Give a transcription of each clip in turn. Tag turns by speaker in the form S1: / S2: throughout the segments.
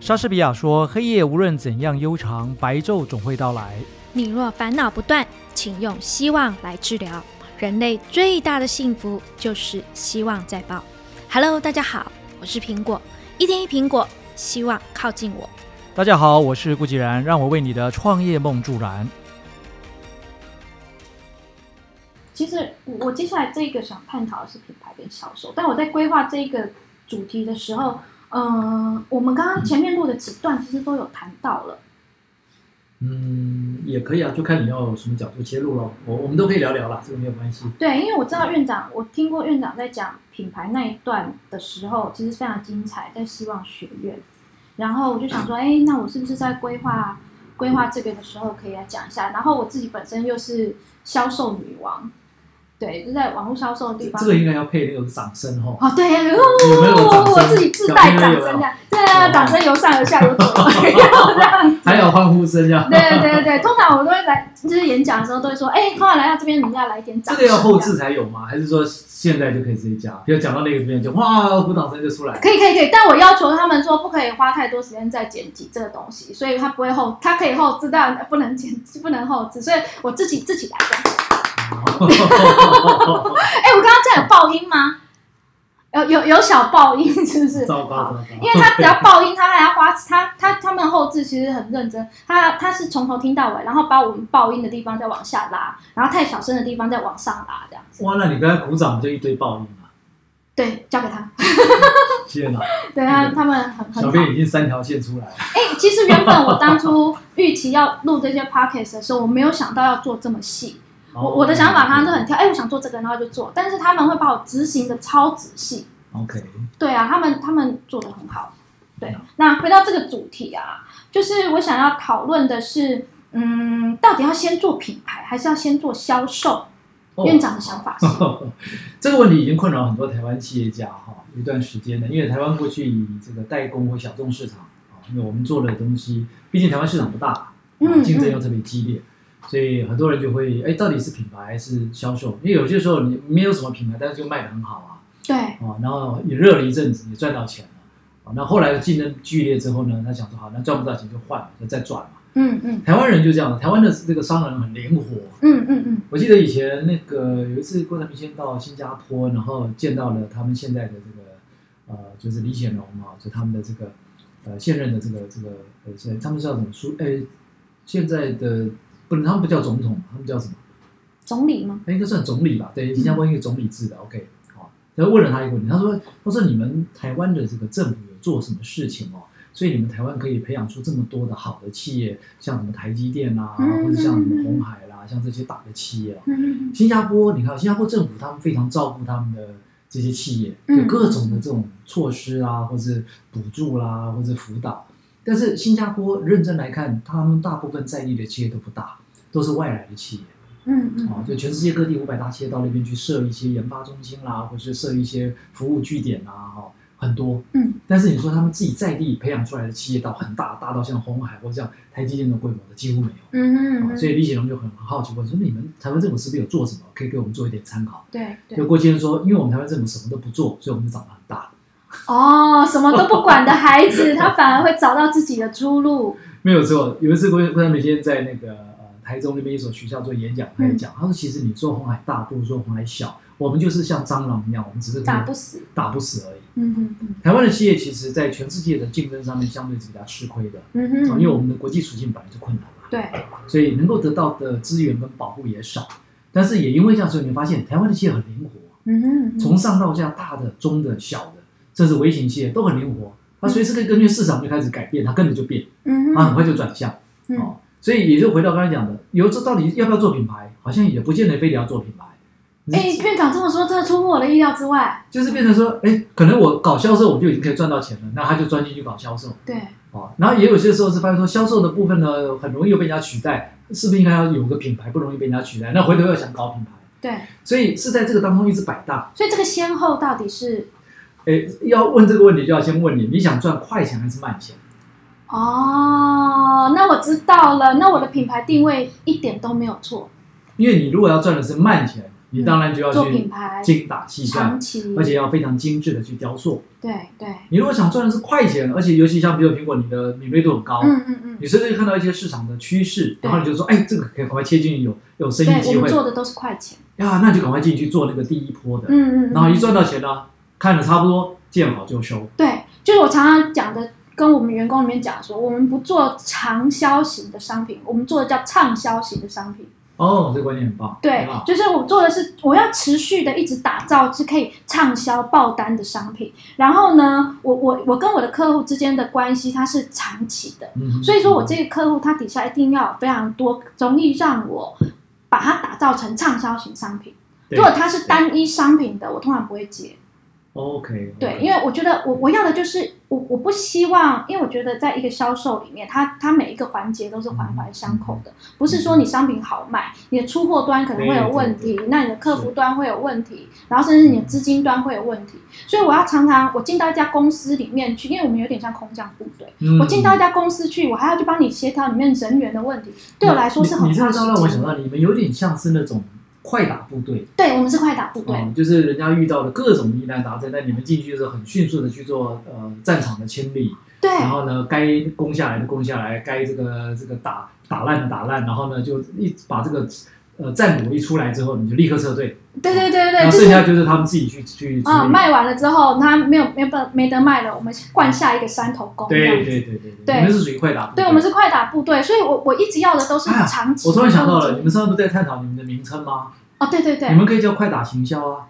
S1: 莎士比亚说：“黑夜无论怎样悠长，白昼总会到来。
S2: 你若烦恼不断，请用希望来治疗。人类最大的幸福就是希望在爆。Hello，大家好，我是苹果，一天一苹果，希望靠近我。”
S1: 大家好，我是顾吉然，让我为你的创业梦助燃。
S3: 其实我我接下来这个想探讨的是品牌跟销售，但我在规划这个主题的时候，嗯、我们刚刚前面录的几段其实都有谈到了，
S4: 嗯，也可以啊，就看你要什么角度切入咯。我我们都可以聊聊啦，这个没有关系。
S3: 对，因为我知道院长，我听过院长在讲品牌那一段的时候，其实非常精彩，在希望学院。然后我就想说，哎，那我是不是在规划规划这个的时候可以来讲一下？然后我自己本身又是销售女王，对，就在网络销售的地
S4: 这
S3: 方。
S4: 这个应该要配那个掌声哈。
S3: 哦，对，
S4: 有没有掌声
S3: 哦，
S4: 哦
S3: 我自己自带掌声这样，对啊，掌声由上而下由左而右 这样子。
S4: 还有欢呼声啊 这样，
S3: 对对对对，通常我都会来，就是演讲的时候都会说，哎，通常来到这边，你要来一点
S4: 这
S3: 掌声。
S4: 个要后置才有吗？还是说现在就可以直接加？比如讲到那个边就哇，鼓掌声就出来。
S3: 可以可以可以，但我要求他们说不可以花太多时间在剪辑这个东西，所以他不会后，他可以后置，但不能剪，不能后置，所以我自己自己来这样。哎，我刚刚这样有爆音吗？有有有小爆音是不是？
S4: 糟糕
S3: 好
S4: 糟糕，
S3: 因为他只要爆音，他还要花他他他们后置其实很认真，他他是从头听到尾，然后把我们爆音的地方再往下拉，然后太小声的地方再往上拉，这样子。
S4: 哇，那你刚才鼓掌就一堆爆音啊！
S3: 对，交给他，
S4: 天哪，
S3: 对他他们很很
S4: 小
S3: 好。
S4: 编已经三条线出来了。
S3: 哎、其实原本我当初预期要录这些 podcast 的时候，我没有想到要做这么细。
S4: 哦
S3: 我我的想法刚刚就很跳，哎、我想做这个，然后就做。但是他们会把我执行的超仔细，
S4: OK，
S3: 对啊，他们他们做的很好。
S4: 嗯
S3: 对，那回到这个主题啊，就是我想要讨论的是，嗯，到底要先做品牌，还是要先做销售？
S4: 哦
S3: 院长的 想法是，
S4: 这个问题已经困扰很多台湾企业家哈一段时间了，因为台湾过去以这个代工或小众市场啊，因为我们做的东西，毕竟台湾市场不大，啊
S3: 嗯
S4: 竞争又特别激烈，所以很多人就会哎，到底是品牌还是销售？因为有些时候你没有什么品牌，但是就卖得很好啊，
S3: 对，
S4: 啊，然后也热了一阵子，也赚到钱了啊。那后来竞争剧烈之后呢，他想说好，那赚不到钱就换，就再转嘛。
S3: 嗯嗯
S4: 台湾人就这样的，台湾的这个商人很灵活，
S3: 嗯嗯嗯，
S4: 我记得以前那个有一次郭台铭先到新加坡，然后见到了他们现在的这个呃，就是李显龙啊，就他们的这个呃现任的这个这个呃，现在他们叫什么书？哎，现在的不能，他们不叫总统，他们叫什么？
S3: 总理吗？
S4: 哎，应该算总理吧？对，
S3: 嗯
S4: 新加坡应该总理制的。OK，好。然后问了他一个问题，他说：“他说你们台湾的这个政府有做什么事情哦？所以你们台湾可以培养出这么多的好的企业，像什么台积电啦、
S3: 嗯
S4: 或者像什么红海啦，像这些大的企业啊。”
S3: 嗯
S4: 新加坡，你看新加坡政府他们非常照顾他们的这些企业，
S3: 嗯
S4: 有各种的这种措施啊，或是补助啦、或者辅导。但是新加坡认真来看，他们大部分在地的企业都不大，都是外来的企业
S3: 嗯
S4: 啊，
S3: 嗯
S4: 就全世界各地五百大企业到那边去设一些研发中心啦，或是设一些服务据点啦，哈，很多。
S3: 嗯，
S4: 但是你说他们自己在地培养出来的企业到很大，大到像红海或像台积电的规模的几乎没有。
S3: 嗯
S4: 啊
S3: 嗯，
S4: 所以李显龙就很好奇问说：“那你们台湾政府是不是有做什么？可以给我们做一点参考
S3: 对？”对
S4: 就。郭先生说：“因为我们台湾政府什么都不做，所以我们就长得很大。
S3: 哦，什么都不管的孩子， 他反而会找到自己的出路。
S4: 没有错。有一次郭郭台铭先生在那个呃台中那边一所学校做演讲，
S3: 嗯
S4: 他也讲，他说：其实你说红海大，不如说红海小。我们就是像蟑螂一样，我们只是
S3: 打不死
S4: 打不死而已。
S3: 嗯嗯
S4: 台湾的企业其实，在全世界的竞争上面，相对是比较吃亏的，
S3: 嗯
S4: 啊
S3: 哼，
S4: 因为我们的国际处境本来就困难嘛。”
S3: 对，
S4: 所以能够得到的资源跟保护也少，但是也因为这样，所以你会发现台湾的企业很灵活，啊
S3: 嗯哼，
S4: 从上到下，大的、中的、小的，甚至微型企业都很灵活，它随时可以根据市场就开始改变，它跟着就变，啊
S3: 嗯
S4: 它很
S3: 哼，
S4: 快就转向
S3: 嗯
S4: 哦。所以也就回到刚才讲的，有时候到底要不要做品牌，好像也不见得非得要做品牌，
S3: 哎，院长这么说，真的出乎我的意料之外。
S4: 就是变成说，哎，可能我搞销售我就已经可以赚到钱了，那他就专心去搞销售
S3: 对，
S4: 哦。然后也有些时候是发现说，销售的部分呢，很容易又被人家取代，是不是应该要有个品牌，不容易被人家取代？那回头又想搞品牌，
S3: 对，
S4: 所以是在这个当中一直摆荡。
S3: 所以这个先后到底是
S4: 诶，哎要问这个问题，就要先问你，你想赚快钱还是慢钱？
S3: 哦，那我知道了，那我的品牌定位一点都没有错。
S4: 因为你如果要赚的是慢钱，你当然就要
S3: 嗯做
S4: 去
S3: 品牌，
S4: 精打细算
S3: 长，期，
S4: 啊而且哦要非常精致的去雕塑。
S3: 对对，
S4: 你如果想赚的是快钱，而且尤其像比如苹果，你的敏锐度很高，
S3: 嗯嗯嗯，
S4: 你甚至看到一些市场的趋势，
S3: 对
S4: 然后你就说，哎，这个可以赶快切进去，有有生意
S3: 对，
S4: 机
S3: 我
S4: 会
S3: 们做的都是快钱，
S4: 呀，那就赶快进去做那个第一波的，
S3: 嗯嗯，嗯
S4: 然后一赚到钱呢，看着差不多，见好就收。
S3: 对，就是我常常讲的，跟我们员工里面讲说，我们不做长销型的商品，我们做的叫畅销型的商品。
S4: 哦，这个观念很棒，
S3: 对
S4: 很好，
S3: 就是我做的是我要持续的一直打造是可以畅销爆单的商品。然后呢，我我我跟我的客户之间的关系它是长期的，
S4: 嗯哼
S3: 所以说我这个客户他底下一定要有非常多容易让我把它打造成畅销型商品。
S4: 对
S3: 如果它是单一商品的，我通常不会接。
S4: OK，
S3: 对，因为我觉得我我要的就是我我不希望，因为我觉得在一个销售里面，它它每一个环节都是环环相扣
S4: 嗯
S3: 的，不是说你商品好卖，你的出货端可能会有问
S4: 对
S3: 题，那你的客服端会有问题，然后甚至你的资金端会有问题，所以我要常常我进到一家公司里面去，因为我们有点像空降部队，
S4: 嗯
S3: 我进到一家公司去，我还要去帮你协调里面人员的问题，对我来说是
S4: 你
S3: 很
S4: 你这
S3: 花
S4: 样
S3: 时
S4: 让我想
S3: 间。
S4: 到，你们有点像是那种快打部队，
S3: 对，我们是快打部队，
S4: 嗯，就是人家遇到了各种疑难杂症，那你们进去的时候很迅速的去做呃战场的清理，
S3: 对
S4: 然后呢，该攻下来的攻下来，该这个这个打打烂的打烂，然后呢就一把这个呃战果一出来之后，你就立刻撤退，
S3: 对对对
S4: 然
S3: 对，
S4: 后
S3: 就
S4: 剩
S3: 是
S4: 下就是他们自己去去处理
S3: 啊，卖完了之后，他没有没得没得卖了，我们换下一个山头工。这样
S4: 对
S3: 子
S4: 对对对
S3: 对
S4: 你们是属于快打部队，
S3: 对，我们是快打部队，所以我我一直要的都是
S4: 啊
S3: 长期。
S4: 我突然想到了，你们
S3: 长期
S4: 上次不是在探讨你们的名称吗？
S3: 哦，对对对，
S4: 你们可以叫快打行销啊。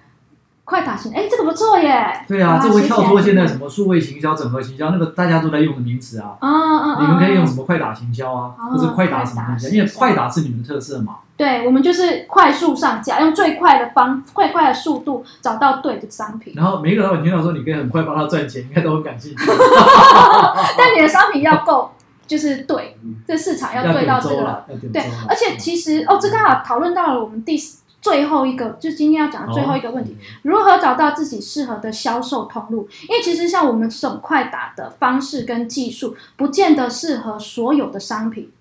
S3: 快打型，哎，这个不错耶。
S4: 对啊，这会跳脱现在什
S3: 么？
S4: 么数位行销、整合行销，那个大家都在用的名词啊。
S3: 啊啊啊！
S4: 你们可以用什
S3: 么？
S4: 么快打行销啊，
S3: 哦
S4: 或者快打什么东西啊？因为快打是你们的特色嘛。
S3: 对，我们就是快速上架，用最快的方、最快的速度找到对的商品。
S4: 然后每一个老板听到说你可以很快帮他赚钱，应该都很感兴 趣。
S3: 但你的商品要够，就是对，这市场要对到
S4: 点
S3: 这
S4: 粥
S3: 个
S4: 了，要点
S3: 对
S4: 粥了，嗯
S3: 而且其实哦，这刚好讨论到了我们第四最后一个，就今天要讲的最后一个问题，如何找到自己适合的销售通路？因为其实像我们这种快打的方式跟技术，不见得适合所有的商品。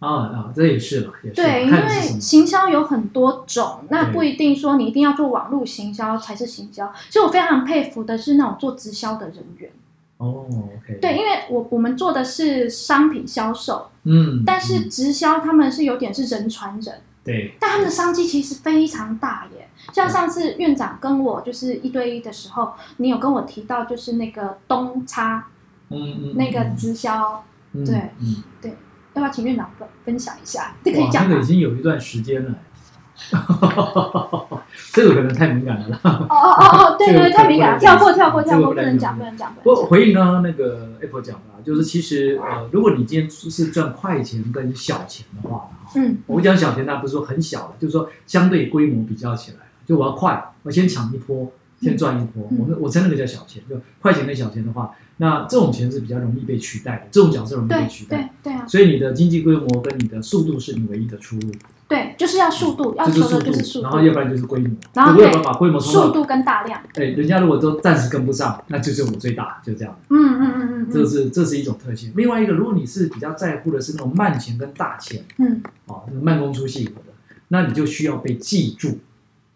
S4: 啊啊，这也是了，也是啦
S3: 对，因
S4: 看你是
S3: 为
S4: 什
S3: 行销有很多种，那
S4: 对
S3: 不一定说你一定要做网络行销才是行销。所以我非常佩服的是那种做直销的人员。
S4: 么。哦，OK。
S3: 对，因，为我我们做的是商品销售，
S4: 嗯，
S3: 但是
S4: 嗯
S3: 直销他们是有点是人传人。
S4: 对，
S3: 但他们的商机其实非常大耶。
S4: 嗯
S3: 像上次院长跟我就是一对一的时候，你有跟我提到就是那个东差
S4: 嗯嗯，
S3: 那个直销，
S4: 嗯
S3: 对，
S4: 嗯，
S3: 要不要请院长分分享一下？这可以
S4: 哇，
S3: 讲
S4: 那个已
S3: 吗？
S4: 经有一段时间了。 这个可能太敏感了啦。
S3: 哦哦哦哦，对
S4: 这
S3: 对，
S4: 个
S3: 太敏感了，
S4: 这个
S3: 跳
S4: 不
S3: 过
S4: 能
S3: 跳过跳过，
S4: 这个不
S3: 不
S4: 能
S3: 能讲
S4: 讲
S3: 不能讲不
S4: 不
S3: 能
S4: 过
S3: 讲。
S4: 回应刚刚那个 Apple 讲的啊，就是其实呃，如果你今天是赚快钱跟小钱的话啊，
S3: 嗯
S4: 我讲小钱，那不是说很小了，就是说相对规模比较起来，就我要快，我先抢一波，先赚一波。
S3: 嗯
S4: 我们我称那个叫小钱，就快钱跟小钱的话，那这种钱是比较容易被取代的，这种角色容易被
S3: 对
S4: 取代
S3: 对。对啊，
S4: 所以你的经济规模跟你的速度是你唯一的出入，
S3: 对，就是要速度，要
S4: 嗯这
S3: 求的
S4: 度，
S3: 就是速
S4: 然后要
S3: 度，
S4: 不然就是规模。
S3: 然后
S4: 我有办法把规模冲
S3: 速
S4: 到，
S3: 度跟大量。
S4: 哎，人家如果都暂时跟不上，那就是我最大，就这样。
S3: 嗯嗯嗯嗯
S4: 这
S3: 嗯
S4: 是这是一种特性。另外一个，如果你是比较在乎的是那种慢钱跟大钱
S3: 嗯，
S4: 啊，那慢工出细活的，那你就需要被记住，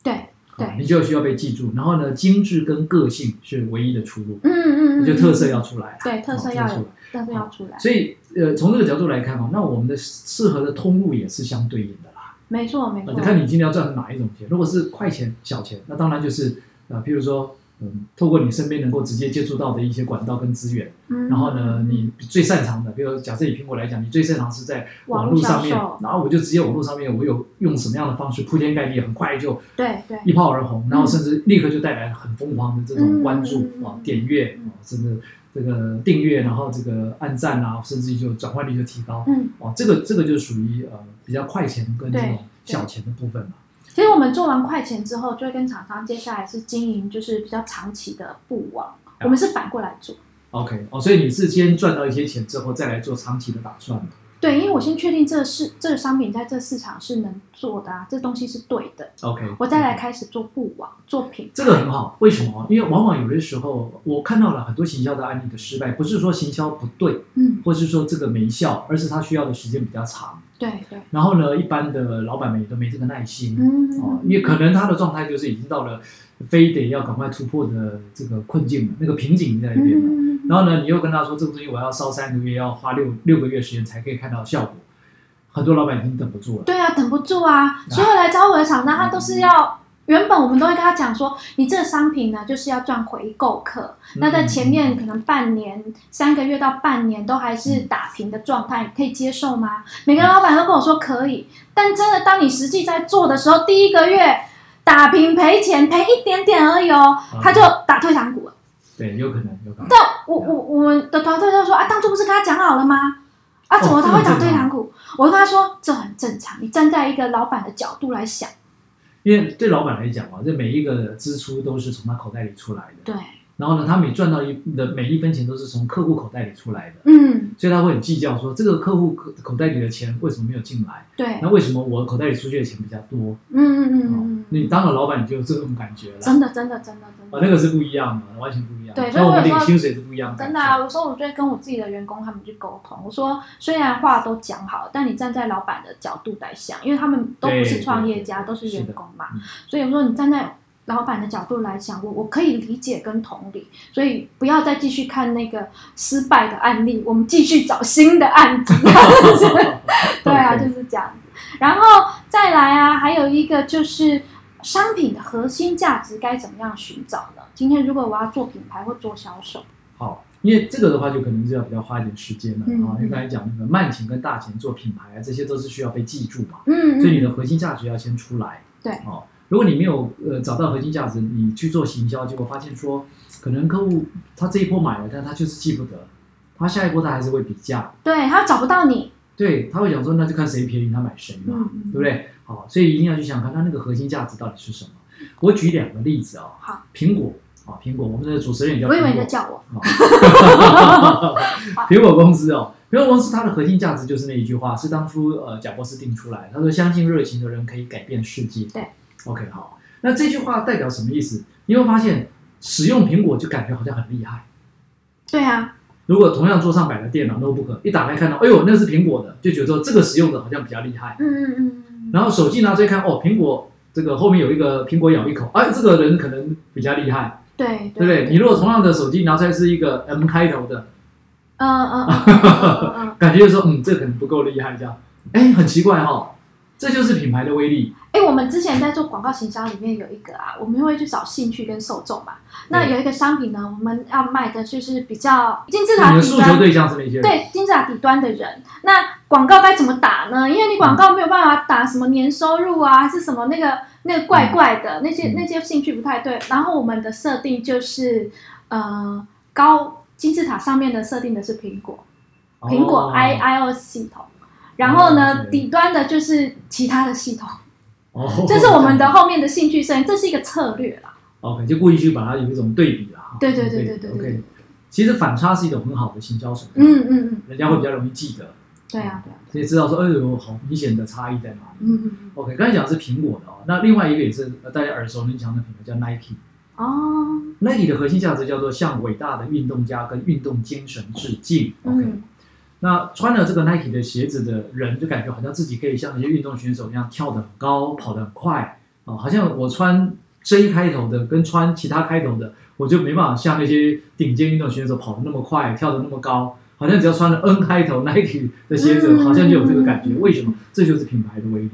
S3: 对对嗯
S4: 啊，你就需要被记住。然后呢，精致跟个性是唯一的出路，
S3: 嗯嗯嗯，
S4: 就特色
S3: 嗯
S4: 要出来啦，
S3: 对特色要
S4: 啊出
S3: 有
S4: 来。，
S3: 特色要出来，
S4: 所以呃，从这个角度来看啊，那我们的适合的通路也是相对应的啦。
S3: 没错没
S4: 啊
S3: 错
S4: 你。看你今天要赚哪一种钱？如果是快钱、小钱，那当然就是呃，譬如说。嗯，透过你身边能够直接接触到的一些管道跟资源，
S3: 嗯
S4: 然后呢，你最擅长的，比如假设以苹果来讲，你最擅长是在网络上面，
S3: 网络销售
S4: 然后我就直接网络上面，我有用什么样的方式铺天盖地，很快就
S3: 对对
S4: 一炮而红，然后甚至立刻就带来很疯狂的这种关注
S3: 嗯
S4: 啊、点阅啊、甚至这个订阅，然后这个按赞啊，甚至就转换率就提高
S3: 嗯。
S4: 哦、这个这个就属于呃比较快钱跟这种小钱的部分嘛。
S3: 其实我们做完快钱之后，就会跟厂商接下来是经营就是比较长期的布网，我们是反过来做。
S4: OK，哦，所以你是先赚到一些钱之后，再来做长期的打算嘛。
S3: 对，因为我先确定这个市这个商品在这市场是能做的啊，这东西是对的，
S4: OK，
S3: 我再来开始做布网做品牌。
S4: 这个很好，为什么？因为往往有的时候，我看到了很多行销的案例的失败，不是说行销不对，
S3: 嗯，
S4: 或是说这个没效，而是它需要的时间比较长。
S3: 对对，
S4: 然后呢，一般的老板们也都没这个耐心，
S3: 嗯，
S4: 哦，因为可能他的状态就是已经到了非得要赶快突破的这个困境了，那个瓶颈在那边了。
S3: 嗯，
S4: 然后呢，你又跟他说这个东西我要烧三个月，要花六六个月时间才可以看到效果，很多老板已经等不住了。
S3: 对啊，等不住啊！所有来找我的厂商，他都是要原本我们都会跟他讲说，你这个商品呢，就是要赚回购客。那在前面可能半年、三个月到半年都还是打平的状态，你可以接受吗？每个老板都跟我说可以，但真的当你实际在做的时候，第一个月打平赔钱，赔一点点而已哦，
S4: 啊
S3: 他就打退堂鼓了。
S4: 对，有可能，有可能。
S3: 但我我我们的团队就说啊，当初不是跟他讲好了吗？
S4: 哦
S3: 啊，怎么他会打退堂鼓？我跟他说这很正常，你站在一个老板的角度来想，
S4: 因为对老板来讲啊，这每一个支出都是从他口袋里出来的，
S3: 对，
S4: 然后呢，他每赚到一的每一分钱都是从客户口袋里出来的，
S3: 嗯，
S4: 所以他会很计较说，这个客户口口袋里的钱为什么没有进来？
S3: 对，
S4: 那
S3: 嗯
S4: 为什么我口袋里出去的钱比较多？
S3: 嗯嗯
S4: 哦
S3: 嗯，嗯，
S4: 你当了老板你就有这种感觉了，
S3: 真的真的真的真
S4: 啊，
S3: 的
S4: 那个是不一样的，完全不一样。
S3: 对所以
S4: 那我们
S3: 我有时
S4: 领
S3: 候
S4: 薪水是不一样
S3: 真的啊！有时候我就会跟我自己的员工他们去沟通，我说虽然话都讲好，但你站在老板的角度来想，因为他们都不是
S4: 对
S3: 创业
S4: 对
S3: 家，
S4: 对
S3: 都是
S4: 是
S3: 员
S4: 的
S3: 工嘛，
S4: 嗯
S3: 所以我说你站在老板的角度来想，我我可以理解跟同理，所以不要再继续看那个失败的案例，我们继续找新的 案子。对啊，就是这样子。然后再来啊，还有一个就是商品的核心价值该怎么样寻找呢？今天如果我要做品牌或做销售，
S4: 好，因为这个的话，就可能是要比较花一点时间了啊。
S3: 嗯
S4: 因为刚才讲那个慢钱跟大钱做品牌啊，这些都是需要被记住嘛，
S3: 嗯，
S4: 所以你
S3: 嗯
S4: 的核心价值要先出来。
S3: 对
S4: 哦，如果你没有呃找到核心价值，你去做行销，结果发现说，可能客户他这一波买了，但他就是记不得，他下一波他还是会比价，
S3: 对他找不到你，
S4: 对，他会想说那就看谁便宜他买谁嘛。
S3: 嗯嗯，
S4: 对不对？好，所以一定要去想看它那个核心价值到底是什么。我举两个例子啊、
S3: 好
S4: 苹果啊、苹果，我们的主持人也叫
S3: 我以为
S4: 苹
S3: 你在
S4: 果，
S3: 叫我，
S4: 哦 苹果公司哦，苹果公司它的核心价值就是那一句话，是当初呃贾博士定出来，他说相信热情的人可以改变世界。
S3: 对
S4: ，OK，好，那这句话代表什么意思？你会发现使用苹果就感觉好像很厉害。
S3: 对啊，
S4: 如果同样桌上摆的电脑 notebook，一打开看到，哎呦，那是苹果的，就觉得说这个使用的好像比较厉害。
S3: 嗯嗯嗯嗯，
S4: 然后手机拿出来看，哦，苹果这个后面有一个苹果咬一口，哎、这个人可能比较厉害，
S3: 对
S4: 对不对？你如果同样的手机拿出来是一个 M 开头的，
S3: 嗯嗯嗯嗯嗯嗯。
S4: 感觉就说，嗯，这可能不够厉害，这样，哎，很奇怪哈、哦，这就是品牌的威力。
S3: 哎、我们之前在做广告行销里面有一个啊，我们会去找兴趣跟受众嘛。那
S4: 对
S3: 有一个商品呢，我们要卖的就是比较金字塔
S4: 你的
S3: 底
S4: 诉求
S3: 端，
S4: 对象是那些人，
S3: 对金字塔底端的人。那广告该怎么打呢？因为你广告没有办法打什么年收入啊，还是什么那个那个怪怪的那些
S4: 嗯
S3: 那些兴趣不太对。然后我们的设定就是呃高金字塔上面的设定的是苹果，
S4: 哦
S3: 苹果 i iOS 系统。然后呢，
S4: 对
S3: 底端的就是其他的系统。
S4: 哦，
S3: 这是我们的后面的兴趣摄影，这是一个策略啦。
S4: OK，就故意去把它有一种对比了哈。
S3: 对对对对对对
S4: OK，其实反差是一种很好的行销手段，
S3: 嗯嗯嗯，
S4: 人家会比较容易记得，
S3: 对啊对啊，
S4: 所以知道说，哎呦，好明显的差异在哪里。
S3: 嗯嗯
S4: OK，刚才讲的是苹果的哦，那另外一个也是呃大家耳熟能详的品牌叫 Nike。
S3: 嗯，哦，
S4: Nike 的核心价值叫做向伟大的运动家跟运动精神致敬。OK，、
S3: 嗯
S4: 那穿了这个 Nike 的鞋子的人，就感觉好像自己可以像那些运动选手一样跳得很高，跑得很快啊、哦好像我穿 J 开头的跟穿其他开头的，我就没办法像那些顶尖运动选手跑得那么快，跳得那么高。好像只要穿了 N 开头 Nike 的鞋子，
S3: 嗯
S4: 好像就有这个感觉。
S3: 嗯
S4: 为什么？这就是品牌的威力。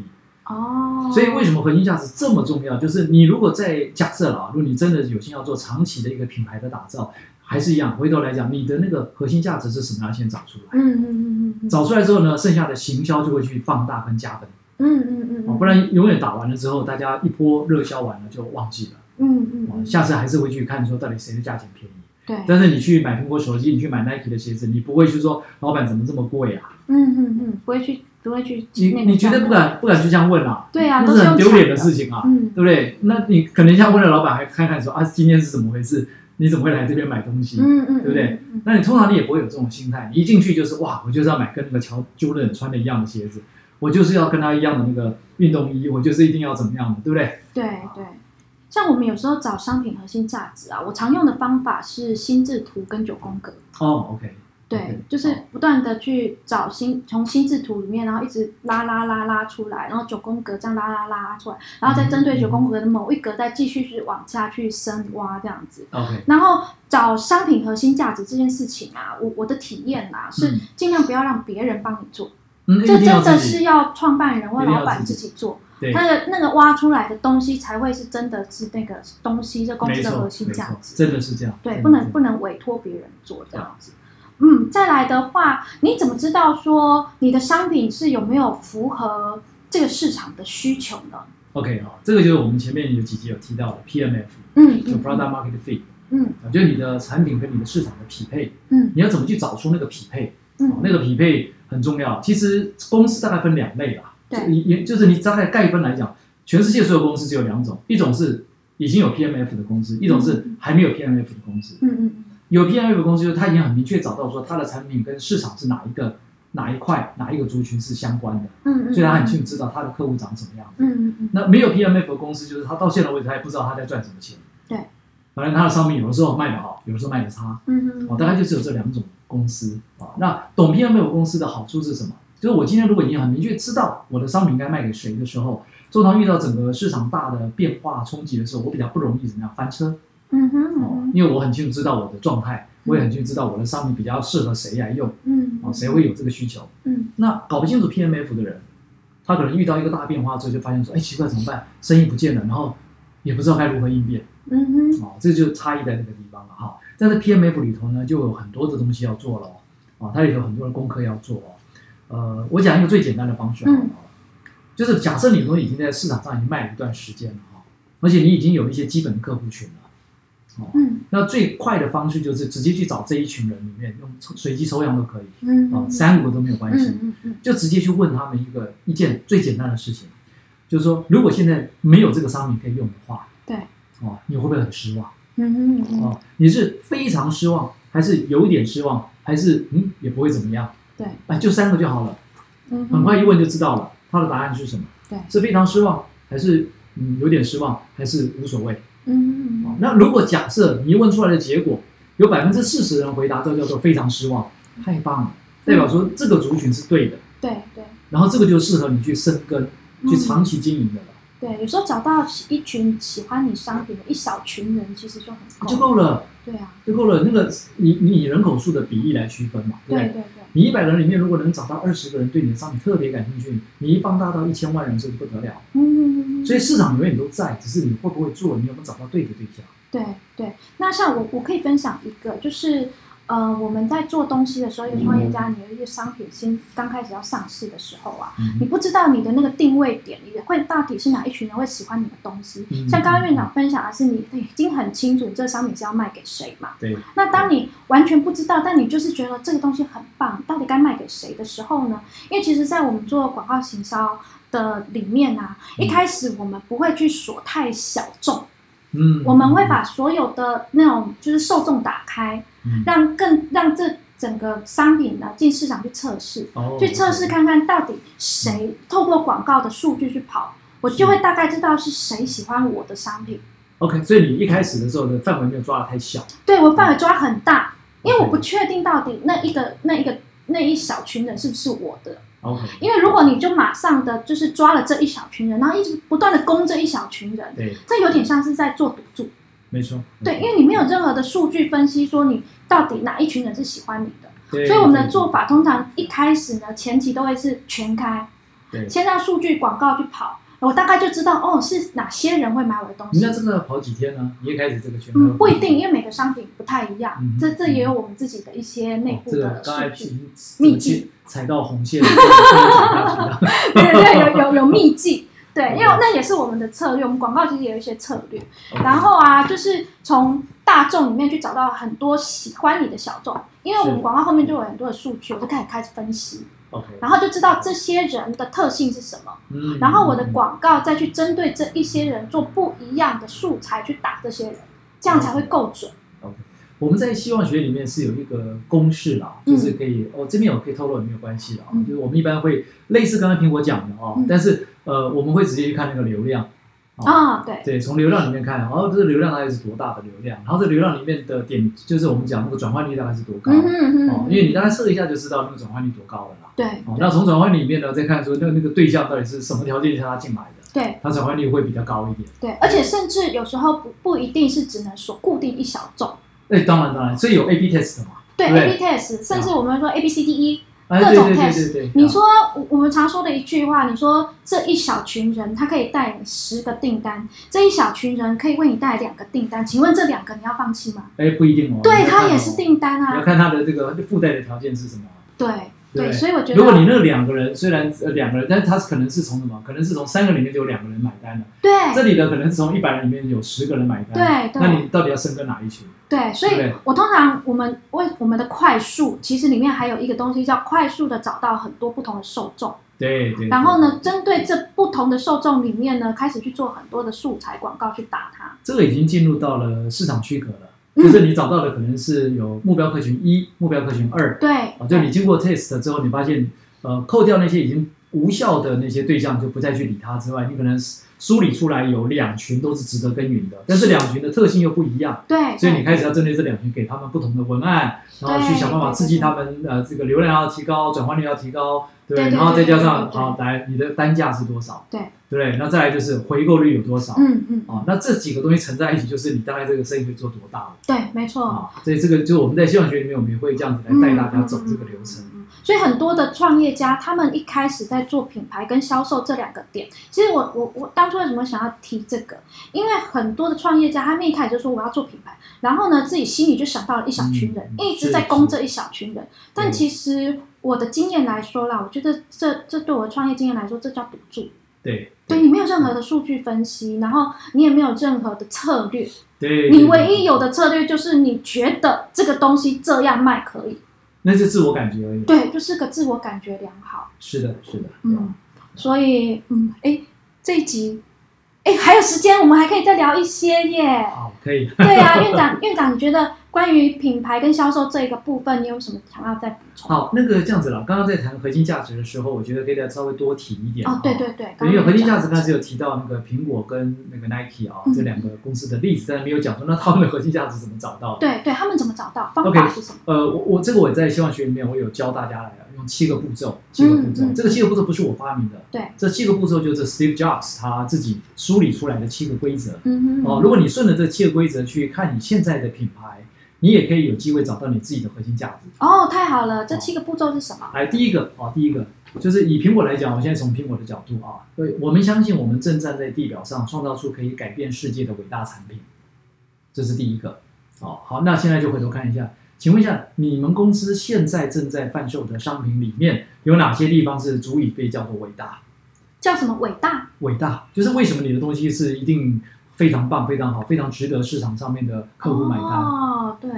S3: 哦，
S4: 所以为什么核心价值这么重要？就是你如果在假设了啊，如果你真的有心要做长期的一个品牌的打造，还是一样，回头来讲，你的那个核心价值是什么？要先找出来。
S3: 嗯嗯嗯嗯嗯，
S4: 找出来之后呢，剩下的行销就会去放大跟加分，
S3: 嗯嗯嗯
S4: 哦
S3: 嗯，
S4: 不然永远打完了之后，大家一波热销完了就忘记了，
S3: 嗯嗯
S4: 哦
S3: 嗯，
S4: 下次还是会去看说到底谁的价钱便宜。
S3: 对，嗯
S4: 但是你去买苹果手机，你去买 Nike 的鞋子，你不会去说老板怎么这么贵啊？
S3: 嗯嗯，不会去不会去，
S4: 你你绝对不？敢不敢去这样问啊，
S3: 对啊，
S4: 那
S3: 都
S4: 是
S3: 是
S4: 很
S3: 用
S4: 丢脸
S3: 抢
S4: 的事情啊。
S3: 嗯，
S4: 对不对？那你可能一下问了老板，还看看说啊，今天是怎么回事？你怎么会来这边买东西？
S3: 嗯嗯，
S4: 对不对
S3: 嗯？嗯
S4: 那你通常你也不会有这种心态，你一进去就是哇，我就是要买跟那个乔 Jordan 穿的一样的鞋子，我就是要跟他一样的那个运动衣，我就是一定要怎么样的，对不对？
S3: 对对。像我们有时候找商品核心价值啊，我常用的方法是心智图跟九宫格。
S4: 哦，OK，
S3: 对
S4: OK，，
S3: 就是不断的去找心，从心智图里面，然后一直拉拉拉拉出来，然后九宫格这样拉拉拉拉出来，然后再针对九宫格的某一格再继续去往下去深挖这样子。
S4: OK，
S3: 然后找商品核心价值这件事情啊，我我的体验啊是
S4: 嗯
S3: 尽量不要让别人帮你做，
S4: 嗯，一
S3: 这
S4: 定要
S3: 真的
S4: 自己
S3: 是要创办人或
S4: 一定要
S3: 老板
S4: 自
S3: 自
S4: 己
S3: 己做，
S4: 对，
S3: 他的那个挖出来的东西才会是真的是那个东西，这公
S4: 没
S3: 司的
S4: 错
S3: 核心
S4: 没
S3: 价
S4: 错
S3: 值。
S4: 真的是这样，真的
S3: 对，不
S4: 是
S3: 能
S4: 这
S3: 不
S4: 样
S3: 能委托别人做这样子。嗯，再来的话，你怎么知道说你的商品是有没有符合这个市场的需求呢？
S4: OK 哈、这个就是我们前面有几集有提到的 PMF，
S3: 嗯
S4: 就
S3: 嗯
S4: Product Market Fit，
S3: 嗯
S4: 啊就是你的产品跟你的市场的匹配，
S3: 嗯
S4: 你要怎么去找出那个匹配？哦
S3: 嗯
S4: 那个匹配很重要。其实公司大概分两类啦，
S3: 对
S4: 就也就是你大概概分来讲，全世界所有公司只有两种，一种是已经有 PMF 的公司，一种是还没有 PMF 的公司。
S3: 嗯嗯
S4: 有 PMF 的公司，就是它已经很明确找到说它的产品跟市场是哪一个哪一块哪一个族群是相关的，
S3: 嗯嗯，
S4: 所以它很清
S3: 楚。
S4: 楚知道它的客户长什么样子。
S3: 嗯嗯嗯，
S4: 那没有 PMF 的公司，就是他到现在为止，他也不知道他在赚什么钱。
S3: 对，
S4: 反正他的商品有的时候卖得好，有的时候卖得差。
S3: 嗯
S4: 哦，大概就是有这两种公司啊。那懂 PMF 公司的好处是什么？就是我今天如果已经很明确知道我的商品该卖给谁的时候，通常遇到整个市场大的变化冲击的时候，我比较不容易怎么样翻车
S3: 嗯哼
S4: 哦，
S3: 嗯
S4: 因为我很清楚知道我的状态，我也很清楚知道我的商品比较适合谁来用
S3: 嗯，
S4: 哦，谁会有这个需求。
S3: 嗯
S4: 那搞不清楚 PMF 的人，他可能遇到一个大变化之后，就发现说，哎，奇怪，怎么办？生意不见了，然后也不知道该如何应变
S3: 嗯哼
S4: 哦，这就差异在这个地方了哈。但是 PMF 里头呢，就有很多的东西要做了哦，它里头很多的功课要做哦。呃，我讲一个最简单的方式
S3: 嗯
S4: 好了哦，就是假设你的东西已经在市场上已经卖了一段时间了哈，而且你已经有一些基本的客户群了。哦，
S3: 嗯
S4: 那最快的方式就是直接去找这一群人里面用抽随机抽样都可以，
S3: 嗯
S4: 哦，三五个都没有关系。
S3: 嗯嗯
S4: 就直接去问他们一个一件最简单的事情，就是说，如果现在没有这个商品可以用的话，
S3: 对，
S4: 哦，你会不会很失望？
S3: 嗯嗯
S4: 哦，你是非常失望，还是有一点失望，还是嗯也不会怎么样？
S3: 对，
S4: 哎，就三个就好了，
S3: 嗯，
S4: 很快一问就知道了，他的答案是什么？
S3: 对
S4: 是非常失望，还是嗯有点失望，还是无所谓？
S3: 嗯
S4: 哦
S3: 嗯，
S4: 那如果假设你问出来的结果有百分之四十人回答都叫做非常失望，太棒了，代表说这个族群是对的。
S3: 对对
S4: 然后这个就适合你去深耕、
S3: 嗯
S4: 去长期经营的了，
S3: 对，有时候找到一群喜欢你商品的一小群人，其实就很
S4: 就
S3: 够。
S4: 够了，
S3: 对啊，
S4: 就够了。那个你你以人口数的比例来区分嘛，对不
S3: 对
S4: 对？
S3: 对对，
S4: 你一百人里面如果能找到二十个人对你的商品特别感兴趣，你一放大到一千万人，这就不得了。
S3: 嗯，
S4: 所以市场永远都在，只是你会不会做，你有没有找到对的对象。
S3: 对对，那像我，我可以分享一个，就是呃，我们在做东西的时候，一个
S4: 嗯
S3: 创业家，你的一个商品新刚开始要上市的时候啊，你
S4: 嗯
S3: 不知道你的那个定位点，你会到底是哪一群人会喜欢你的东西。
S4: 嗯
S3: 像刚刚院长分享的是，你哎已经很清楚你这个商品是要卖给谁嘛。
S4: 对，
S3: 那当你完全不知道，但你就是觉得这个东西很棒，到底该卖给谁的时候呢？因为其实，在我们做广告行销的里面啊，一
S4: 嗯
S3: 开始我们不会去锁太小众。
S4: 嗯
S3: 我们会把所有的那种就是受众打开，
S4: 嗯
S3: 让更让这整个商品呢进市场去测试，
S4: 哦嗯
S3: 去测试看看到底谁透过广告的数据去跑，我就会大概知道是谁喜欢我的商品。
S4: 哦 OK，所以你一开始的时候的范围没有抓的太小，
S3: 对我
S4: 嗯
S3: 范围抓很大，因为我不确定到底那一个那一个那一小群人是不是我的。
S4: OK，
S3: 因为如果你就马上的就是抓了这一小群人，然后一直不断的攻这一小群人，
S4: 对，嗯
S3: 这有点像是在做赌注。
S4: 没错，
S3: 对，因为你没有任何的数据分析说你到底哪一群人是喜欢你的，
S4: 对
S3: 所以我们的
S4: 对
S3: 做法通常一开始呢，前期都会是全开，
S4: 对，
S3: 先让数据广告去跑，我大概就知道哦是哪些人会买我的东
S4: 你
S3: 西
S4: 那。真的要跑几天呢？你一开始这个圈
S3: 嗯，不一定，因为每个商品不太一样，
S4: 嗯哼
S3: 这这也有我们自己的一些内
S4: 哦
S3: 部
S4: 这个
S3: 的
S4: 刚才
S3: 数
S4: 皮
S3: 据，
S4: 密
S3: 秘
S4: 集
S3: 籍
S4: 踩到红线，不能讲下 去了
S3: 对对对，有有有秘 籍。对，
S4: 嗯
S3: 因为那也是我们的策略，我们广告其实也有一些策略。然后啊，就是从大众里面去找到很多喜欢你的小众，因为我
S4: 是
S3: 们广告后面就有很多的数据，我就开始开始分析，
S4: OK，
S3: 然后就知道这些人的特性是什么，
S4: 嗯
S3: 然后我的广告再去针对这一些人做不一样的素材去打这些人，这样才会够准。
S4: 嗯我们在希望学里面是有一个公式啦，
S3: 嗯
S4: 就是可以，哦，这边我可以透露也没有关系啦，
S3: 嗯
S4: 就是我们一般会类似刚才苹果讲的哦
S3: 嗯，
S4: 但是呃，我们会直接去看那个流量啊，哦
S3: 啊、对，
S4: 对，从流量里面看，然后这个流量大概是多大的流量，然后这流量里面的点，就是我们讲那个转换率大概是多高，
S3: 嗯哼嗯
S4: 哦，
S3: 哼，
S4: 因为你大概测一下就知道那个转换率多高了啦。
S3: 对
S4: 哦，那从转换率里面呢，再看说那那个对象到底是什么条件下他进来的，
S3: 对
S4: 它转换率会比较高一点。
S3: 对，而且甚至有时候不不一定是只能锁固定一小众，
S4: 哎，当然当然，所以有 A/B test 嘛，
S3: 对
S4: 对哦
S3: A B test，甚至我们说 A B C D E，
S4: 哎，
S3: 各
S4: 对
S3: 种
S4: 对对
S3: test
S4: 对对，
S3: 你说我我们常说的一句话，你说这一小群人他可以带你十个订单，这一小群人可以为你带来两个订单，请问这两个你要放弃吗？
S4: 哎不一定哦，
S3: 对，
S4: 你要看
S3: 他
S4: 哦
S3: 也是，订单
S4: 你要
S3: 啊，
S4: 看他的这个附带的条件是什么啊。
S3: 对
S4: 对
S3: 对，所以我觉得，
S4: 如果你那两个人虽然呃两个人，但是他可能是从什么？可能是从三个里面就有两个人买单了。这
S3: 对
S4: 里的可能是从一百人里面有十个人买单。
S3: 对
S4: 那
S3: 对
S4: 你到底要深耕哪一群？
S3: 对，所以
S4: 对
S3: 我通常我们为我们的快速，其实里面还有一个东西叫快速的找到很多不同的受众。
S4: 对对对。
S3: 然后呢，针对这不同的受众里面呢，开始去做很多的素材广告去打它。
S4: 这个已经进入到了市场区隔了，
S3: 嗯
S4: 就是你找到的可能是有目标客群一、目标客群二，
S3: 对，
S4: 啊，就你经过 test 之后，你发现呃，扣掉那些已经无效的那些对象，就不再去理它之外，你可能梳理出来有两群都是值得耕耘的，但是两群的特性又不一样。
S3: 对，
S4: 所以你
S3: 对
S4: 开始要针对这两群，给他们不同的文案，然后去
S3: 对
S4: 想办法
S3: 对
S4: 刺激
S3: 对
S4: 他们，呃，这个流量要提高，转换率要提高，对不
S3: 对对
S4: 然后再
S3: 对
S4: 加
S3: 对
S4: 上
S3: 对对
S4: 好来你的单价是多少，
S3: 对
S4: 对不对？那再来就是回购率有多少，
S3: 嗯嗯，
S4: 啊，那这几个东西乘在一起，就是你大概这个生意可以做多大了
S3: 对，没错。
S4: 啊。所以这个就我们在希望学里面，我们也会这样子来带大家走这个流程。
S3: 嗯嗯。嗯嗯所以很多的创业家，他们一开始在做品牌跟销售这两个点，其实我我我当初为什么想要提这个？因为很多的创业家，他们一开始就说我要做品牌，然后呢，自己心里就想到了一小群人，
S4: 嗯
S3: 一直
S4: 是
S3: 在攻
S4: 是嗯
S3: 这一小群人。
S4: 对
S3: 但其实我的经验来说啦，我觉得这这对我的创业经验来说，这叫赌注。
S4: 对嗯
S3: 对你没有任何的数据分析，然后你也没有任何的策略，
S4: 对，
S3: 你
S4: 对
S3: 唯一有，的策略就是你觉得这个东西这样卖可以，
S4: 那就自我感觉而已。，
S3: 对，就是个自我感觉良好。
S4: 是的，是的，对
S3: 嗯，所以嗯，哎，这一集，哎，还有时间，我们还可以再聊一些耶。
S4: 好，可以。
S3: 对啊，院长，院长，你觉得关于品牌跟销售这一个部分，你有什么想要再补充？
S4: 好，那个这样子了。刚刚在谈核心价值的时候，我觉得可以再稍微多提一点。啊
S3: 哦，对。对对，刚
S4: 因为
S3: 刚
S4: 核心
S3: 讲
S4: 价值刚才有提到那个苹果跟那个 Nike 啊、
S3: 嗯
S4: 这两个公司的例子，但是没有讲说那他们的核心价值怎么找到的。
S3: 对对，他们怎么找到方法
S4: OK
S3: 是什么？
S4: 呃，我我这个我在希望学里面我有教大家来用七个步骤，七个步骤，
S3: 嗯嗯
S4: 这个七个步骤不是我发明的，
S3: 对
S4: 这七个步骤就是 Steve Jobs 他自己梳理出来的七个规则。
S3: 嗯哼，
S4: 哦，如果你顺着这七个规则去看你现在的品牌，你也可以有机会找到你自己的核心价值。
S3: 哦，太好了，这七个步骤是什么？
S4: 来，第一个哦，第一个就是以苹果来讲，我现在从苹果的角度啊，对我们相信我们正站在地表上，创造出可以改变世界的伟大产品，这是第一个。哦，好，那现在就回头看一下，请问一下，你们公司现在正在贩售的商品里面有哪些地方是足以被叫做伟大？
S3: 叫什么伟大？
S4: 伟大就是为什么你的东西是一定非常棒、非常好、非常值得市场上面的客户买单？
S3: 哦，对，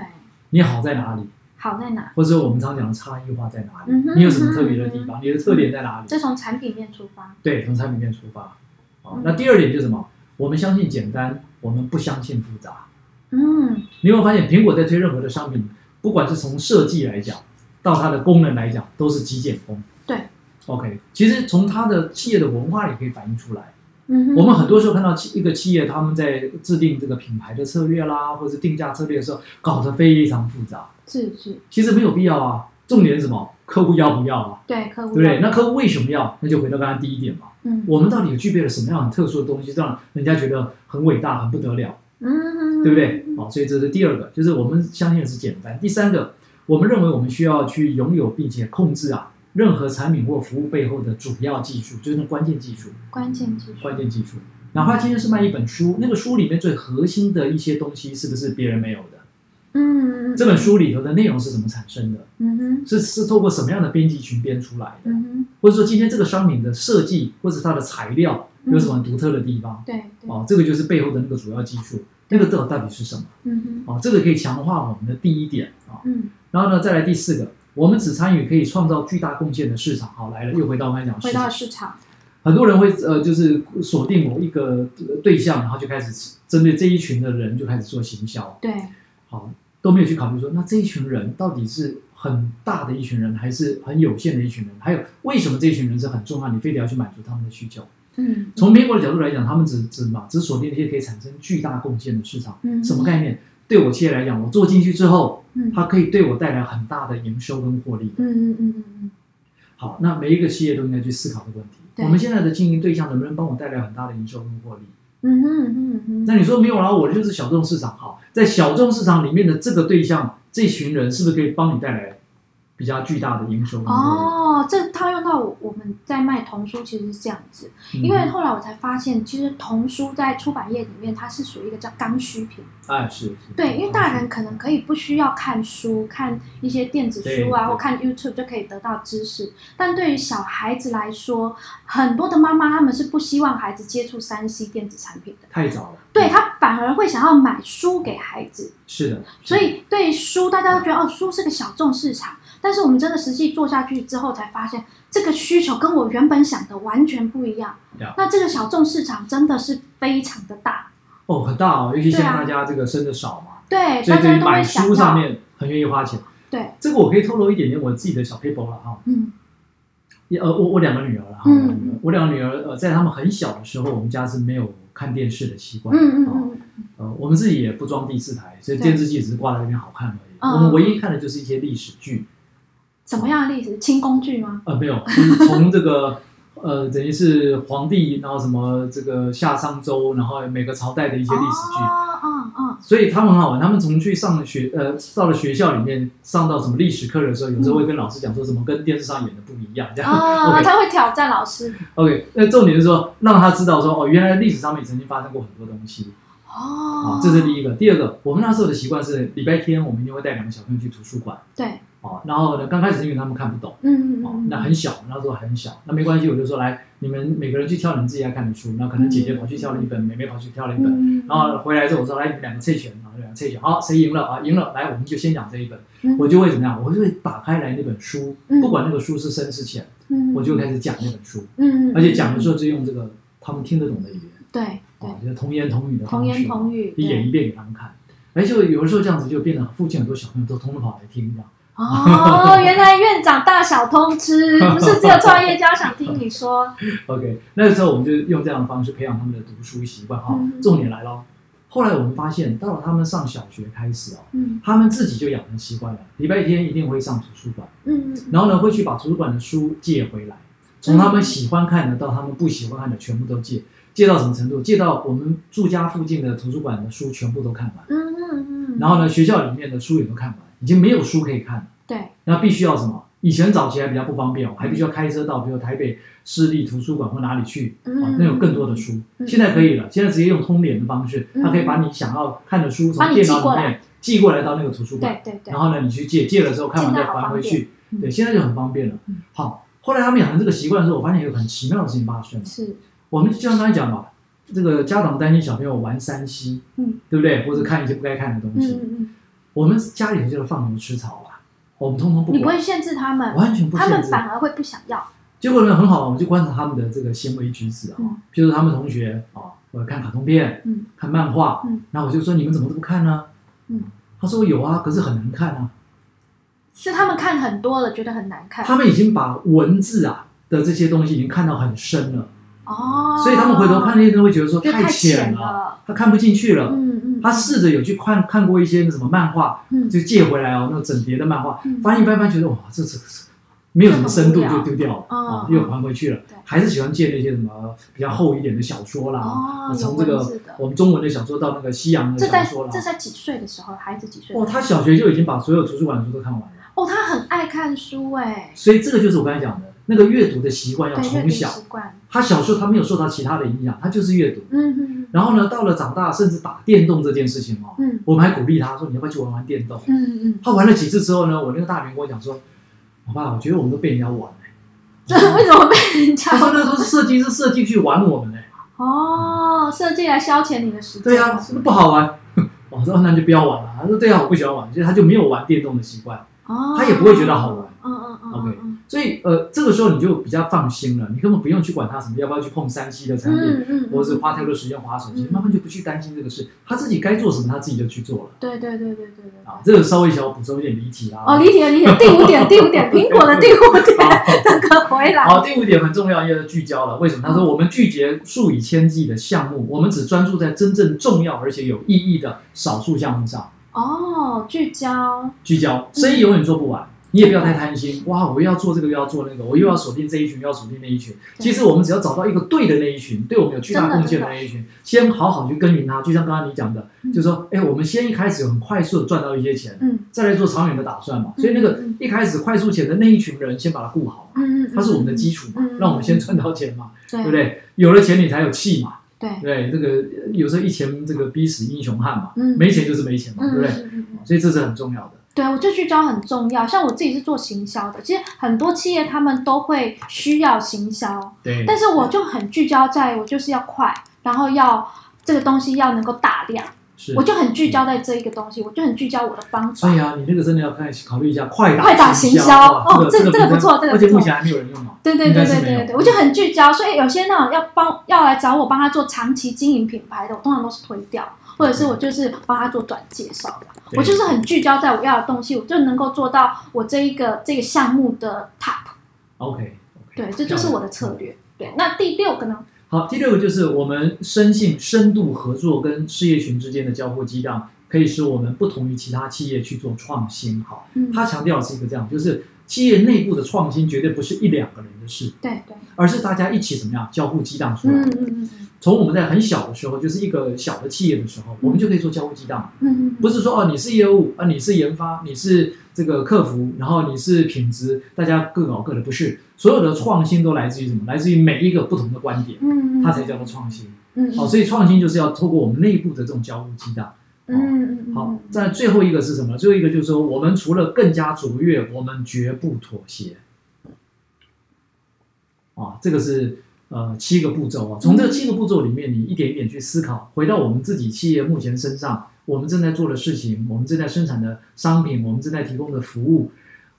S4: 你好在哪里？
S3: 好在哪？
S4: 或者说我们常讲的差异化在哪里？
S3: 嗯哼
S4: 你有什么特别的地方？你的特点在哪里？
S3: 这从产品面出发。
S4: 对，从产品面出发。哦
S3: 嗯，
S4: 那第二点就是什么？我们相信简单，我们不相信复杂。
S3: 嗯，
S4: 你有没有发现，苹果在推任何的商品，不管是从设计来讲，到它的功能来讲，都是极简风。
S3: 对。
S4: OK，其实从它的企业的文化也可以反映出来。
S3: 嗯哼，
S4: 我们很多时候看到企一个企业他们在制定这个品牌的策略啦，或者是定价策略的时候，搞得非常复杂。
S3: 是是，
S4: 其实没有必要啊，重点是什么？客户要不要啊？
S3: 对客户
S4: 对不对？
S3: 要
S4: 那客户为什么要？那就回到刚才第一点嘛。
S3: 嗯
S4: 我们到底有具备了什么样很特殊的东西，让人家觉得很伟大、很不得了，
S3: 嗯，
S4: 对不对？好、所以这是第二个，就是我们相信的是简单。第三个，我们认为我们需要去拥有并且控制啊，任何产品或服务背后的主要技术，就是那关键技术，
S3: 关键技术
S4: 关键技术。哪怕今天是卖一本书，那个书里面最核心的一些东西，是不是别人没有的？
S3: 嗯，嗯
S4: 这本，书里头的内容是怎么产生的？
S3: 嗯哼，
S4: 是是透过什么样的编辑群编出来的？
S3: 嗯哼，
S4: 或者说今天这个商品的设计或者它的材料有什么独特的地方？
S3: 对嗯对，
S4: 哦，这个就是背后的那个主要技术，那个到到底是什么？
S3: 嗯哼，
S4: 哦，这个可以强化我们的第一点啊、
S3: 嗯，
S4: 然后呢，再来第四个，我们只参与可以创造巨大贡献的市场。好，来了，又回到我刚才讲的
S3: 回
S4: 市
S3: 到
S4: 场。
S3: 市场，
S4: 很多人会呃，就是锁定某一个呃对象，然后就开始针对这一群的人就开始做行销。
S3: 对，
S4: 好，都没有去考虑说，那这一群人到底是很大的一群人，还是很有限的一群人？还有为什么这一群人是很重要？你非得要去满足他们的需求？
S3: 嗯，
S4: 从苹果的角度来讲，他们只只嘛只锁定那些可以产生巨大贡献的市场，
S3: 嗯
S4: 什么概念？对我企业来讲，我做进去之后，
S3: 嗯
S4: 它可以对我带来很大的营收跟获利。
S3: 嗯嗯嗯嗯
S4: 好，那每一个企业都应该去思考这个问题。
S3: 对
S4: 我们现在的经营对象能不能帮我带来很大的营收跟获利？
S3: 嗯嗯嗯嗯
S4: 那你说没有啦，啊我就是小众市场。好，在小众市场里面的这个对象，这群人是不是可以帮你带来比较巨大的营收跟嗯获利？
S3: 哦，这套用到我我们在卖童书其实是这样子，
S4: 嗯
S3: 因为后来我才发现，其实童书在出版业里面它是属于一个叫刚需品。
S4: 哎是是，嗯
S3: 对，因为大人可能可以不需要看书，看一些电子书
S4: 对
S3: 啊，
S4: 对
S3: 或看 YouTube 就可以得到知识。但对于小孩子来说，很多的妈妈他们是不希望孩子接触三 C 电子产品的，
S4: 太早了。嗯
S3: 对他反而会想要买书给孩子。
S4: 是的，
S3: 所
S4: 嗯
S3: 以对于书，大家都觉得哦，书是个小众市场。但是我们真的实际做下去之后，才发现这个需求跟我原本想的完全不一样
S4: Yeah.。
S3: 那这个小众市场真的是非常的大，
S4: 哦很大哦，尤其现在
S3: 对啊
S4: 大家这个生的少嘛，
S3: 对，
S4: 所
S3: 大
S4: 以对
S3: 家
S4: 于
S3: 都
S4: 买
S3: 会想
S4: 书
S3: 到，
S4: 上面很愿意花钱。
S3: 对，
S4: 这个我可以透露一点点我自己的小 paper 了哈。
S3: 嗯
S4: 也呃，我我两个女儿了哈，我两个女儿我两个女儿呃，在她们很小的时候，我们家是没有看电视的习
S3: 嗯
S4: 惯。
S3: 嗯
S4: 哦
S3: 嗯
S4: 呃，我们自己也不装第四台，所以
S3: 对
S4: 电视机只是挂在那边好看而已。
S3: 嗯
S4: 我们唯一看的就是一些历史剧，
S3: 什么样的例子？清工具 吗？
S4: 呃，没有，就是从这个呃，等于是皇帝，然后什么这个夏商周，然后每个朝代的一些历史剧。
S3: 哦哦哦，
S4: 所以他们很好玩，他们从去上学，呃，到了学校里面上到什么历史课的时候，有时候会跟老师讲说什么跟电视上演的不一样，这样。
S3: 啊，
S4: OK
S3: 他会挑战老师。
S4: OK，那重点是说让他知道说哦，原来历史上面曾经发生过很多东西。
S3: 哦
S4: 啊，，这是第一个。第二个，我们那时候的习惯是礼拜天我们一定会带两个小朋友去图书馆
S3: 对，
S4: 啊，然后呢，刚开始是因为他们看不懂
S3: 嗯嗯
S4: 啊
S3: 嗯，，
S4: 那很小，那时候还很小，那没关系，我就说来，你们每个人去挑你们自己爱看的书，那可能姐姐跑去挑了一本，妹妹跑去挑了一本，
S3: 嗯，
S4: 哦然后回来之后我说来，你们两个猜拳啊，两个猜拳，好，谁赢了啊？赢了，来，我们就先讲这一本，
S3: 嗯
S4: 我就会怎么样？我就会打开来那本书，
S3: 嗯
S4: 不管那个书是深是浅，
S3: 嗯
S4: 我就开始讲那本书，
S3: 嗯，嗯
S4: 而且讲的时候就用这个他们听得懂的语言。
S3: 对对
S4: 啊，就是童言童语的方
S3: 童
S4: 式
S3: 言童语
S4: 你演一遍给他们看。哎，就有的时候这样子就变得附近很多小朋友都通通跑来听这样。
S3: 哦，原来院长大小通 吃，不是只有创业家想听你说。
S4: OK，那个时候我们就用这样的方式培养他们的读书习惯哈、
S3: 嗯
S4: 重点来咯，后来我们发现，到了他们上小学开始哦，
S3: 嗯
S4: 他们自己就养成习惯了，礼拜天一定会上图书馆，
S3: 嗯，
S4: 然后呢会去把图书馆的书借回来，从他们喜欢看的到他们不喜欢看的全部都借，借到什么程度？借到我们住家附近的图书馆的书全部都看完。
S3: 嗯嗯嗯，
S4: 然后呢，学校里面的书也都看完，已经没有书可以看了，
S3: 对，
S4: 那必须要什么？以前早期还比较不方便哦，还必须要开车到，比如台北市立图书馆或哪里去，啊
S3: 嗯，
S4: 那有更多的书。
S3: 嗯
S4: 现在可以了，现在直接用通联的方式，
S3: 嗯
S4: 他可以把你想要看的书
S3: 把
S4: 从
S3: 你
S4: 电
S3: 寄过
S4: 脑里
S3: 来
S4: 面寄过来到那个图书馆，
S3: 对对对
S4: 然，后呢，你去借，借了之后看完
S3: 现
S4: 再
S3: 在好
S4: 还回去
S3: 方便。
S4: 对，现在就很方便了
S3: 嗯。
S4: 好，后来他们养成这个习惯的时候，我发现有一个很奇妙的事情发生了。
S3: 是，
S4: 我们就像刚才讲嘛，这个家长担心小朋友玩三 C，
S3: 嗯，
S4: 对不对？或者看一些不该看的东
S3: 嗯
S4: 西，
S3: 嗯
S4: 我们家里头就是放牛吃草啦，我们通通
S3: 嗯，
S4: 不
S3: 你不
S4: 管，
S3: 会限制他们，
S4: 完全不
S3: 他
S4: 限
S3: 们
S4: 制。
S3: 反而会不想要。
S4: 结果呢，很好，我们就观察他们的这个行为举止啊，
S3: 嗯
S4: 譬如说他们同学啊，我看卡通片，
S3: 嗯，
S4: 看漫画，
S3: 嗯，
S4: 然后我就说你们怎么都不看呢？
S3: 嗯，
S4: 他说有啊，可是很难看啊。
S3: 是他们看很多了，觉得很难看。
S4: 他们已经把文字啊的这些东西已经看到很深了，
S3: 哦，
S4: 所以他们回头看那些东西，会觉得说
S3: 就太
S4: 浅
S3: 浅了
S4: 他看不进去了。
S3: 嗯，嗯嗯，
S4: 他试着有去看看过一些那什么漫画，
S3: 嗯
S4: 就借回来哦，那种整叠的漫画
S3: 嗯，
S4: 翻一翻翻，觉得哇，这这这没有什么深度
S3: 这
S4: 就
S3: 很无聊
S4: 丢掉了
S3: 嗯
S4: 啊，
S3: 嗯
S4: 又还回去了
S3: 对。
S4: 还是喜欢借那些什么比较厚一点的小说啦，啊
S3: 哦有
S4: 从这
S3: 文
S4: 个
S3: 字的
S4: 我们中文的小说到那个西洋的
S3: 这
S4: 小
S3: 在
S4: 说啦
S3: 这。在几岁的时候，孩子几岁？
S4: 哦，他小学就已经把所有图书馆的书都看完了，
S3: 哦，他很爱看书哎，
S4: 所以这个就是我刚才讲的那个阅读的习惯要
S3: 对，阅
S4: 从
S3: 读
S4: 小
S3: 习。惯。
S4: 他小时候他没有受到其他的影响，他就是阅读。
S3: 嗯嗯
S4: 然后呢，到了长大，甚至打电动这件事情哦，
S3: 嗯
S4: 我们还鼓励他说：“你要不要去玩玩电动？”
S3: 嗯嗯，
S4: 他玩了几次之后呢，我那个大员跟我讲说：“老爸，我觉得我们都被人家玩了、
S3: 这 为什么被人家
S4: 他？说：“那都是设计师设计去玩我们呢、
S3: 哦，设计来消遣你的时间。
S4: 对啊呀、那不好玩。” 我说：“哦那就不要玩了。”他说：“对呀、我不喜欢玩，就是他就没有玩电动的习惯。
S3: 哦，
S4: 他也不会觉得好玩
S3: 嗯。嗯嗯嗯嗯，
S4: OK
S3: 嗯
S4: 所以呃，这个时候你就比较放心了，你根本不用去管他什么要不要去碰山西的产品，
S3: 嗯嗯，
S4: 或者是花太多时间划手机
S3: 嗯，
S4: 慢慢就不去担心这个事，他自己该做什么他自己就去做了
S3: 对对对对对对。
S4: 啊。这个稍微想要补充一点离题啊啦。
S3: 哦，理解理解，第五点，第五点，苹果的第五点，
S4: 好
S3: 那个回来，
S4: 好，第五点很重要，就是聚焦了。为什么？他
S3: 嗯
S4: 说我们拒绝数以千计的项目，我们只专注在真正重要而且有意义的少数项目上
S3: 哦，聚焦，
S4: 聚
S3: 嗯
S4: 焦。生意永远做不完，你也不要太贪心。哇，我又要做这个，又要做那个，我又要锁定这一群，又要锁定那一群。其实我们只要找到一个对的那一群，对我们有巨大贡献的那一群，先好好去耕耘它。就像刚刚你讲的，
S3: 嗯
S4: 就是说，哎，我们先一开始很快速的赚到一些钱，
S3: 嗯
S4: 再来做长远的打算嘛。所以那
S3: 嗯
S4: 个
S3: 嗯嗯
S4: 一开始快速钱的那一群人，先把它顾好嘛，
S3: 嗯嗯，
S4: 它是我们的基础嘛
S3: 嗯，
S4: 让我们先赚到钱嘛。
S3: 对
S4: 对不？对？有了钱你才有气嘛，
S3: 对，
S4: 对这个有时候一钱这个逼死英雄汉嘛，
S3: 嗯
S4: 没钱就是没钱嘛，
S3: 嗯
S4: 对不对？
S3: 嗯嗯嗯
S4: 所以这是很重要的。
S3: 对，我觉得聚焦很重要。像我自己是做行销的，其实很多企业他们都会需要行销，
S4: 对
S3: 但是我就很聚焦在我就是要快，然后要这个东西要能够大量，
S4: 是嗯
S3: 我就很聚焦在这一个东西，我就很聚焦我的方法
S4: 所。以啊，你那个真的要看考虑一下快打
S3: 快打行销
S4: 哇
S3: 哦这
S4: 个
S3: 这个不错这个
S4: 而
S3: 不
S4: 且
S3: 错
S4: 目前还没有人用嘛。
S3: 对对
S4: 应
S3: 对
S4: 该是
S3: 对
S4: 没有
S3: 对对，我就很聚焦，所以有些那种要帮要来找我帮他做长期经营品牌的，我通常都是推掉，或者是我就是帮他做转介绍的。
S4: 对
S3: 我就是很聚焦在我要的东西，我就能够做到我这一个这个项目的 top。
S4: OK，
S3: 对，这就是我的策
S4: 嗯
S3: 略。对，那第六个呢？
S4: 好，第六个就是我们深信深度合作跟事业群之间的交互激荡，可以使我们不同于其他企业去做创新。好，
S3: 嗯，
S4: 他强调的是一个这样，就是企业内部的创新绝对不是一两个人的事，
S3: 对对，
S4: 而是大家一起怎么样交互激荡出来。
S3: 嗯嗯嗯
S4: 从我们在很小的时候，就是一个小的企业的时候，我们就可以做交互激荡，
S3: 嗯嗯，
S4: 不是说哦你是业务啊，你是研发，你是这个客服，然后你是品质，大家各搞各的，不是所有的创新都来自于什么？来自于每一个不同的观点，
S3: 嗯，嗯，
S4: 它才叫做创新。
S3: 嗯嗯
S4: 好，所以创新就是要透过我们内部的这种交互激荡。
S3: 嗯嗯
S4: 好，在最后一个是什么？最后一个就是说，我们除了更加卓越，我们绝不妥协。啊，这个是呃七个步骤啊。从这七个步骤里面，你一点一点去思考，回到我们自己企业目前身上，我们正在做的事情，我们正在生产的商品，我们正在提供的服务，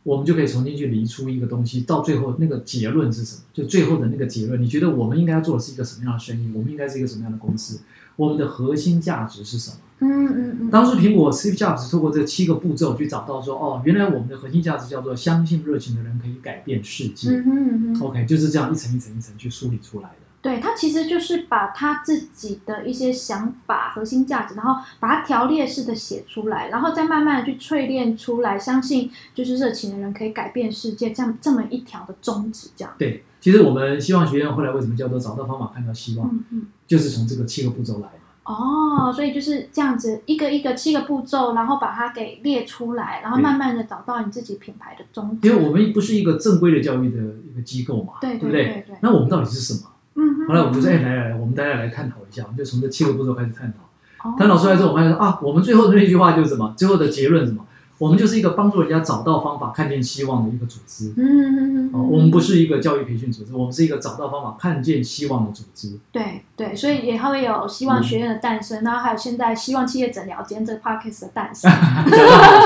S4: 我们就可以重新去理出一个东西，到最后那个结论是什么？就最后的那个结论，你觉得我们应该做的是一个什么样的生意？我们应该是一个什么样的公司？我们的核心价值是什么？
S3: 嗯嗯嗯，
S4: 当初苹果 Steve Jobs 透过这七个步骤去找到说，哦，原来我们的核心价值叫做相信热情的人可以改变世界。
S3: 嗯嗯嗯，
S4: OK，就是这样一层一层一层去梳理出来的。
S3: 对他其实就是把他自己的一些想法、核心价值，然后把它条列式的写出来，然后再慢慢的去淬炼出来，相信就是热情的人可以改变世界，这样这么一条的宗旨，这样。
S4: 对，其实我们希望学院后来为什么叫做找到方法看到希望，
S3: 嗯嗯。
S4: 就是从这个七个步骤来的。
S3: 哦，所以就是这样子，一个一个七个步骤，然后把它给列出来，然后
S4: 对
S3: 慢慢的找到你自己品牌的宗旨。
S4: 因为我们不是一个正规的教育的一个机构嘛，
S3: 对
S4: 不
S3: 对对对
S4: 那我们到底是什么？
S3: 嗯哼，
S4: 后来我们就说，哎，来来来，我们大家来探讨一下，我们就从这七个步骤开始探讨。
S3: 哦
S4: 探讨出来之后，我们发现说啊，我们最后的那句话就是什么？最后的结论是什么？我们就是一个帮助人家找到方法、看见希望的一个组织。
S3: 嗯嗯嗯嗯
S4: 哦，我们不是一个教育培训组织，我们是一个找到方法、看见希望的组织。
S3: 对对，所以也会有希望学院的诞生，然后还有现在希望企业诊疗间这个 podcast 的诞 生。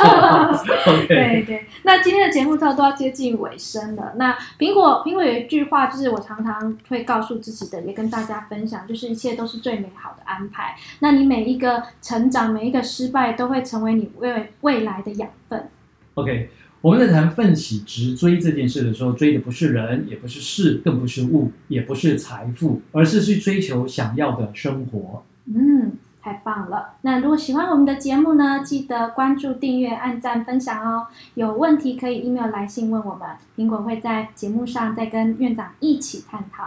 S4: OK，
S3: 对对，那今天的节目差不多要接近尾声了。那苹果苹果有一句话，就是我常常会告诉自己的，也跟大家分享，就是一切都是最美好的安排。那你每一个成长，每一个失败，都会成为你未未来的养分。
S4: OK，我们在谈奋起直追这件事的时候，追的不是人，也不是事，更不是物，也不是财富，而是去追求想要的生活。
S3: 嗯，太棒了。那如果喜欢我们的节目呢，记得关注、订阅、按赞、分享哦。有问题可以 email 来信问我们，苹果会在节目上再跟院长一起探讨。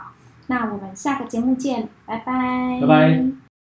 S3: 那我们下个节目见，拜拜，
S4: 拜拜。